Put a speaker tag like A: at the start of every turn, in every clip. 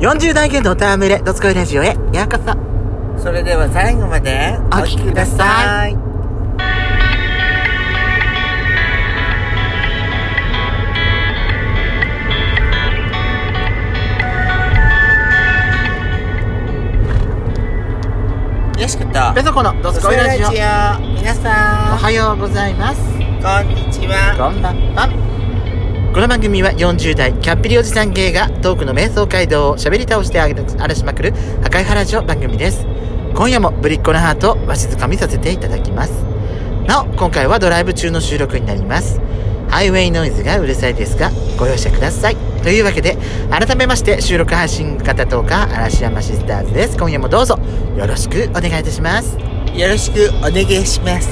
A: 40代限のおたわむれ、どつこいラジオへようこそ。
B: それでは最後まで
A: お聞きくださ
B: い。よしこと。
A: ペソコのどつこいラジオ。
B: ドスコイラジオ皆
A: お
B: さん、
A: はようございます。
B: こんにちは。
A: こんばんは。この番組は40代キャッピリおじさん芸がトークの瞑想街道を喋り倒して荒らしまくる破壊ハラジオ番組です。今夜もぶりっ子のハートをわしづかみさせていただきます。なお、今回はドライブ中の収録になります。ハイウェイノイズがうるさいですが、ご容赦ください。というわけで、改めまして収録配信型トーカー嵐山シスターズです。今夜もどうぞよろしくお願いいたします。
B: よろしくお願いします。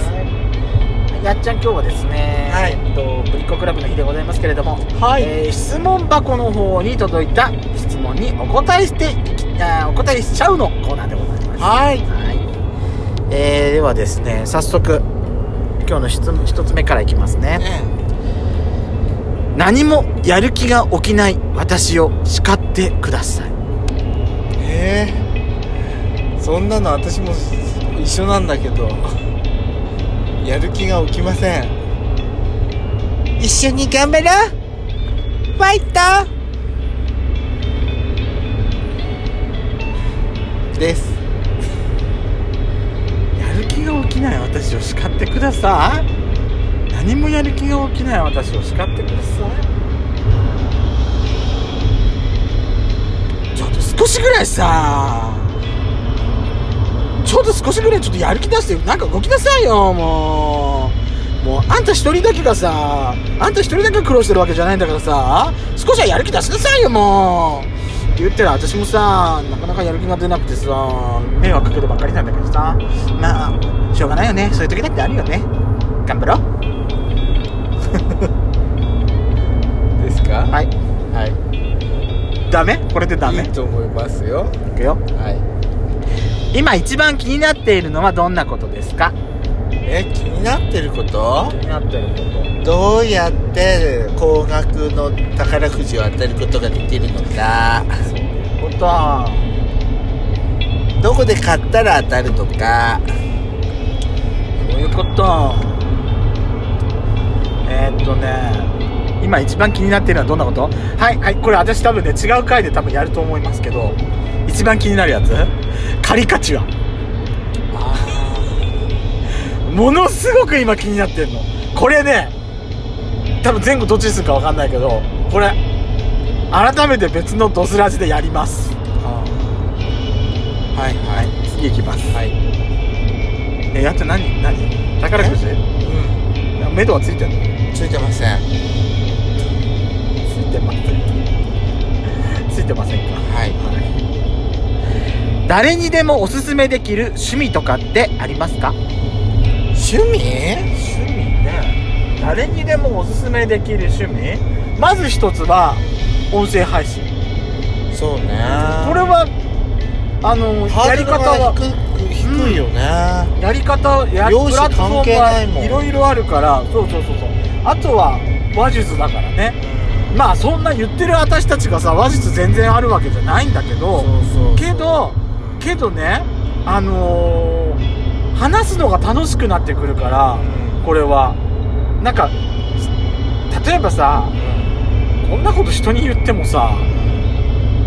A: やっちゃん今日はですね、
B: はい
A: えっと、ブリッコクラブの日でございますけれども、
B: はい
A: えー質問箱の方に届いた質問にお答えしていきあーお答えしちゃうのコーナーでございます
B: はい。
A: はいえーではですね早速今日の質問一つ目からいきますね何もやる気が起きない私を叱ってください
B: えー、そんなの私も一緒なんだけどやる気が起きません 一緒に頑張ろうファイトです
A: やる気が起きない私を叱ってください何もやる気が起きない私を叱ってくださいちょっと少しぐらいさちょっと少しぐらいちょっとやる気出してなんか動きなさいよもうもうあんた一人だけがさあんた一人だけが苦労してるわけじゃないんだからさ少しはやる気出しなさいよもうって言ったら私もさなかなかやる気が出なくてさ迷惑かけるばっかりなんだけどさまあしょうがないよねそういう時だってあるよね頑張ろう
B: ですか
A: はい
B: はい、
A: ダメこれでダメ
B: いいと思いますよ
A: いくよ
B: はい
A: 今一番気になっているのはどんなことですか
B: え気になってること
A: になっているこ
B: どうやって高額の宝くじを当たることができるのか
A: とことは
B: どこで買ったら当たるとか
A: そういうことえー、っとね今一番気になっているのはどんなことはいはいこれ私多分ね違う回で多分やると思いますけど一番気になるやつカリカチュアものすごく今気になってるのこれね多分前後どっちにするか分かんないけどこれ改めて別のドスラジでやります
B: はいはい
A: 次いきます
B: はい、
A: えやっちゃん何何宝くじ
B: う
A: 目処はついてんの
B: ん、ついてませんは
A: ついてませんついてませんか
B: い
A: 誰にでもおすすめできる趣味とかってありますか
B: 趣味
A: 趣味ね誰にでもおすすめできる趣味まず一つは音声配信
B: そうね
A: これはあの
B: ハ
A: や
B: ード
A: り
B: ル
A: 方
B: が
A: は
B: 低く低いよね、
A: やり方や
B: 容姿関係ないもん
A: いろいろあるからそうそうそうそうあとは話術だからねまあそんな言ってる私たちがさ話術全然あるわけじゃないんだけど
B: そうそうそう
A: けどけどねあのー話すのが楽しくなってくるから
B: うん
A: これはなんか例えばさこんなこと人に言ってもさ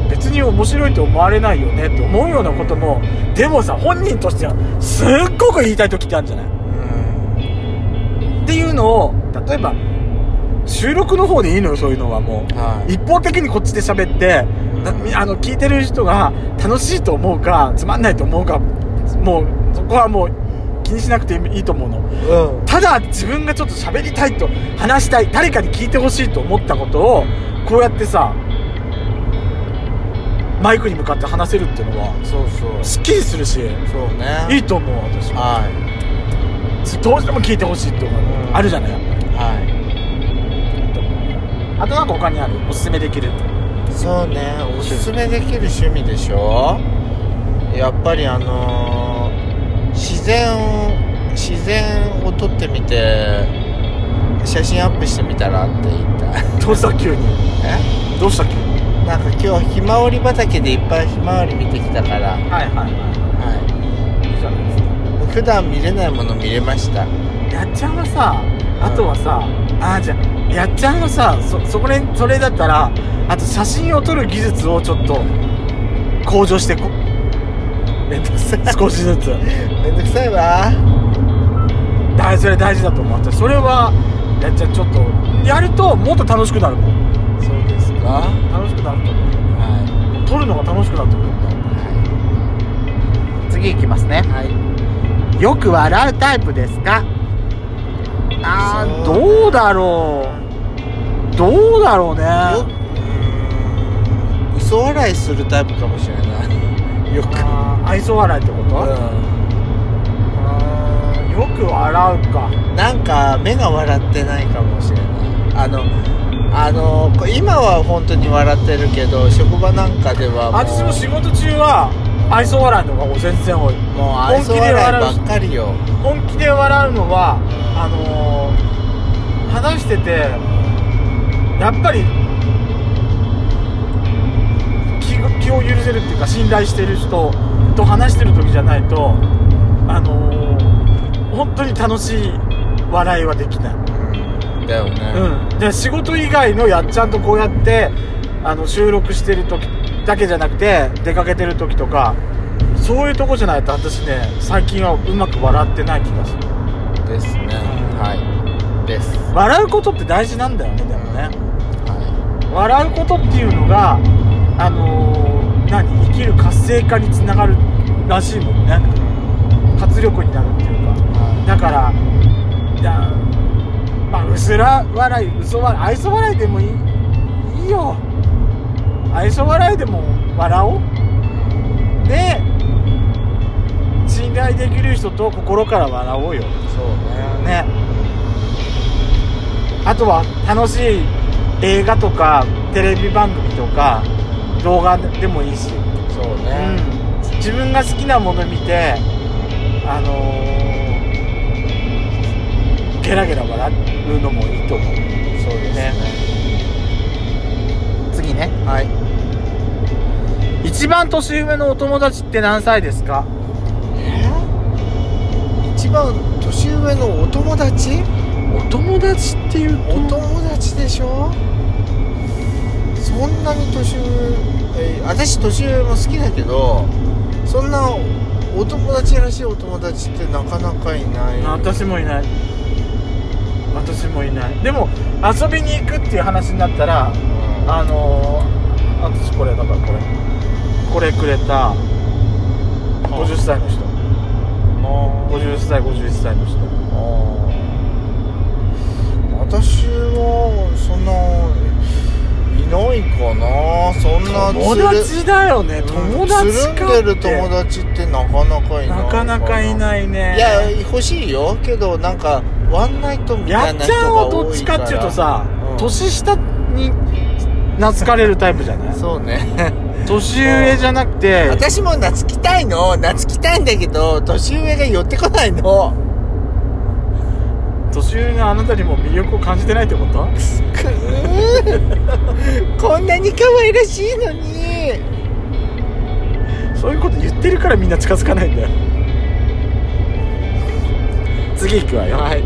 A: 別に面白いと思われないよねって思うようなこともでもさ本人としてはすっごく言いたい時ってあるんじゃない
B: うん
A: っていうのを例えば収録の方でいいのよそういうのはもう
B: はい
A: 一方的にこっちで喋ってなみあの聞いてる人が楽しいと思うかつまんないと思うかもうそこはもう気にしなくていいと思うの
B: うん
A: ただ自分がちょっと喋りたいと話したい誰かに聞いてほしいと思ったことをこうやってさマイクに向かって話せるっていうのは
B: そうそう
A: すっきりするし
B: そうね
A: いいと思う私は
B: は
A: どうしても聞いてほしいっていうのがあるじゃないやっぱり
B: いは
A: あとなんか他にあるおすすめできる
B: いそうねおすすめできる趣味でしょやっぱりあのー自然を自然を撮ってみて写真アップしてみたらって言った
A: どうした急に
B: え
A: どうした急に
B: なんか今日ひまわり畑でいっぱいひまわり見てきたから
A: はいはいは
B: はい
A: いいいじゃないですか
B: もう普段見れないもの見れました
A: やっちゃんはさあとはさあーじゃあやっちゃんのさそそこら辺それだったらあと写真を撮る技術をちょっと向上してこ
B: めんどくさい
A: 少しずつ
B: めんどくさいわ
A: だそれ大事だと思ったそれはやっちゃんちょっとやるともっと楽しくなるもん
B: そうですか
A: 楽しくなると思
B: は
A: う撮るのが楽しくなってくるんだ
B: いは
A: 次いきますね
B: い、はい
A: よく笑うタイプですかあー
B: そう
A: どうだろうどうだろうね
B: ようーん嘘笑いするタイプかもしれないよく
A: あー愛想笑いってこと、うーんよく笑うか
B: うんなんか目が笑ってないかもしれないあのあのこ今は本当に笑ってるけど職場なんかではもう
A: 私も仕事中は愛想笑いの方が全然多い
B: もう愛想笑いばっかりよ
A: 本気で笑うのはあのー話しててやっぱり気が気を許せるっていうか信頼してる人と話してる時じゃないとあのー本当に楽しい笑いはできない、
B: だよね、
A: うん、で仕事以外のやっちゃんとこうやってあの収録してる時だけじゃなくて出かけてる時とかそういうとこじゃないと私ね最近はうまく笑ってない気がする
B: ですねはいです
A: 笑うことって大事なんだよねでもね
B: は
A: 笑うことっていうのがあのー何生きる活性化につながるらしいもんね活力になるっていうか
B: い
A: だからいやまあ薄ら笑い嘘笑い愛想笑いでもいいいいよ愛想笑いでも笑おうで信頼できる人と心から笑おうよ
B: そうね
A: ねあとは楽しい映画とかテレビ番組とか動画でもいいし、
B: そう
A: う
B: ね、
A: ん、自分が好きなもの見てあのー、ゲラゲラ笑うのもいいと思う
B: そうですね
A: 次ね
B: はい
A: 一番年上のお友達って何歳ですか
B: 一番年上のお友達
A: お友達っていう
B: お友達でしょそんなに年上えー私年上も好きだけどそんなお友達らしいお友達ってなかなかいない
A: 私もいない私もいないでも遊びに行くっていう話になったら
B: うん
A: あのー、私これだからこれこれくれた50歳の人50歳51歳の人
B: 私はそんないないかなそんな
A: 友達だよね友達
B: つる
A: か
B: ん
A: っ
B: で
A: て
B: る友達ってなかなかいない
A: なかなかいないね
B: いや欲しいよけどなんかワンナイトみた
A: やっ
B: いな
A: ち
B: 人
A: ゃん
B: が
A: は
B: 多
A: どっ
B: い
A: ち
B: か
A: からっていうとさ、
B: うん
A: 年下に懐かれるタイプじゃない
B: そうね
A: 年上じゃなくて
B: 私も夏来たいの夏来たいんだけど年上が寄ってこないの
A: 年上のあなたにも魅力を感じてないってこと
B: くーこんなに可愛らしいのに
A: そういうこと言ってるからみんな近づかないんだよ次行くわよ、
B: い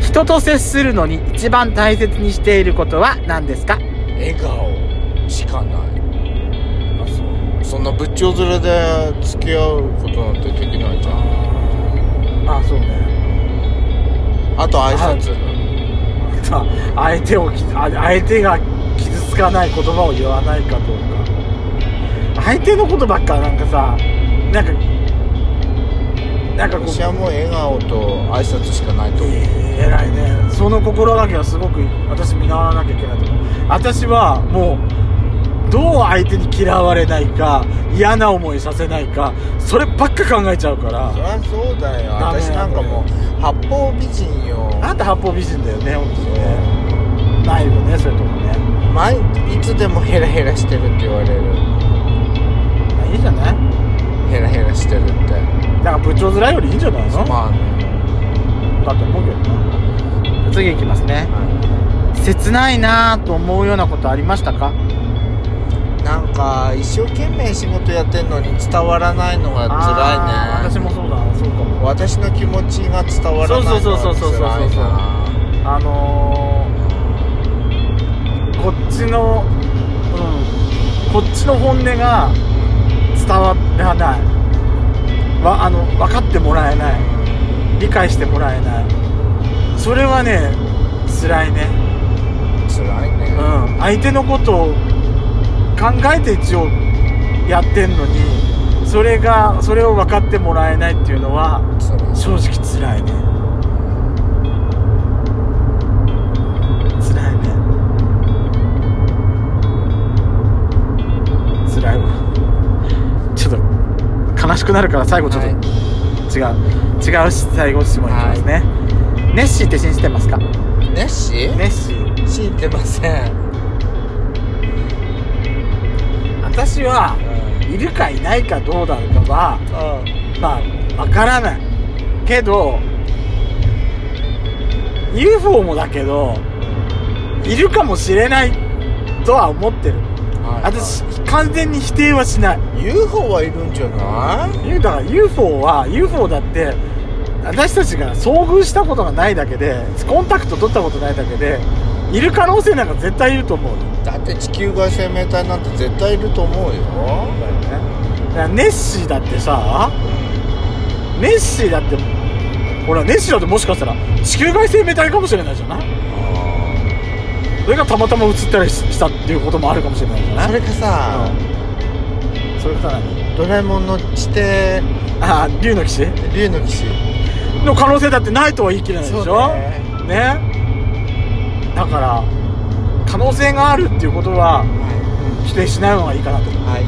A: 人と接するのに一番大切にしていることは何ですか
B: 笑顔しかないそんな仏頂面で付き合うことなんてできないじゃん
A: あそうね
B: あと挨拶
A: 相手をきあ相手が傷つかない言葉を言わないかどうか相手のことばっかなんかさなんかなんかこ
B: 私
A: う
B: はもう笑顔と挨拶しかないと思う
A: えらいねその心がけはすごく私見習わなきゃいけないと思う私はもうどう相手に嫌われないか嫌な思いさせないかそればっか考えちゃうか
B: そり
A: ら
B: ゃそうだよ
A: ダメ
B: 私なんかもう八方美人よ
A: あんた八方美人だよね本当
B: そう
A: にねないよねそういうとこね
B: 毎いつでもヘラヘラしてるって言われる
A: まあいいじゃない
B: ヘラヘラしてるって
A: だから部長面よりいいんじゃないのだ
B: まあね
A: と思うけどな次いきますね切ないなぁと思うようなことありましたか
B: うか一生懸命仕事やってんのに伝わらないのが
A: あー
B: 辛い
A: 私
B: ね
A: もそうだそうかも
B: 私の気持ちが伝わらないの
A: そうそうそう
B: が
A: そうそう
B: 辛いな
A: あのー、こっちのうんこっちの本音が伝わらないわあの分かってもらえない理解してもらえないそれはね辛いね
B: 辛いね、
A: うん、相手のことを考えて一応やってんのにそれがそれを分かってもらえないっていうのは
B: それ
A: 正直辛いね辛いね辛いわちょっと悲しくなるから最後ちょっと、
B: はい
A: 違う違う最後質問いきますね、ネッシーって信じてますかネ
B: ネッシー
A: ッシー
B: 信じてません、
A: 私はいるかいないかどうだろうかはまあわからないけど UFO もだけどいるかもしれないとは思ってる私完全に否定はしない
B: UFO はいるんじゃない
A: だから UFO は UFO だって私たちが遭遇したことがないだけでコンタクト取ったことないだけでいる可能性なんか絶対いると思うよ
B: だって地球外生命体なんて絶対いると思うよ
A: だよねだからネッシーだってさネッシーだってほらネッシーだってもしかしたら地球外生命体かもしれないじゃないそれがたまたま映ったりしたっていうこともあるかもしれないじゃない
B: それかさ、
A: うんそれから何
B: ドラえもんの地底
A: ああ竜の騎士
B: 竜の騎士
A: の可能性だってないとは言い切れないでし
B: そう
A: ょ
B: ね
A: ねだから可能性があるっていうことは否定しない方がいいかなと思う
B: はい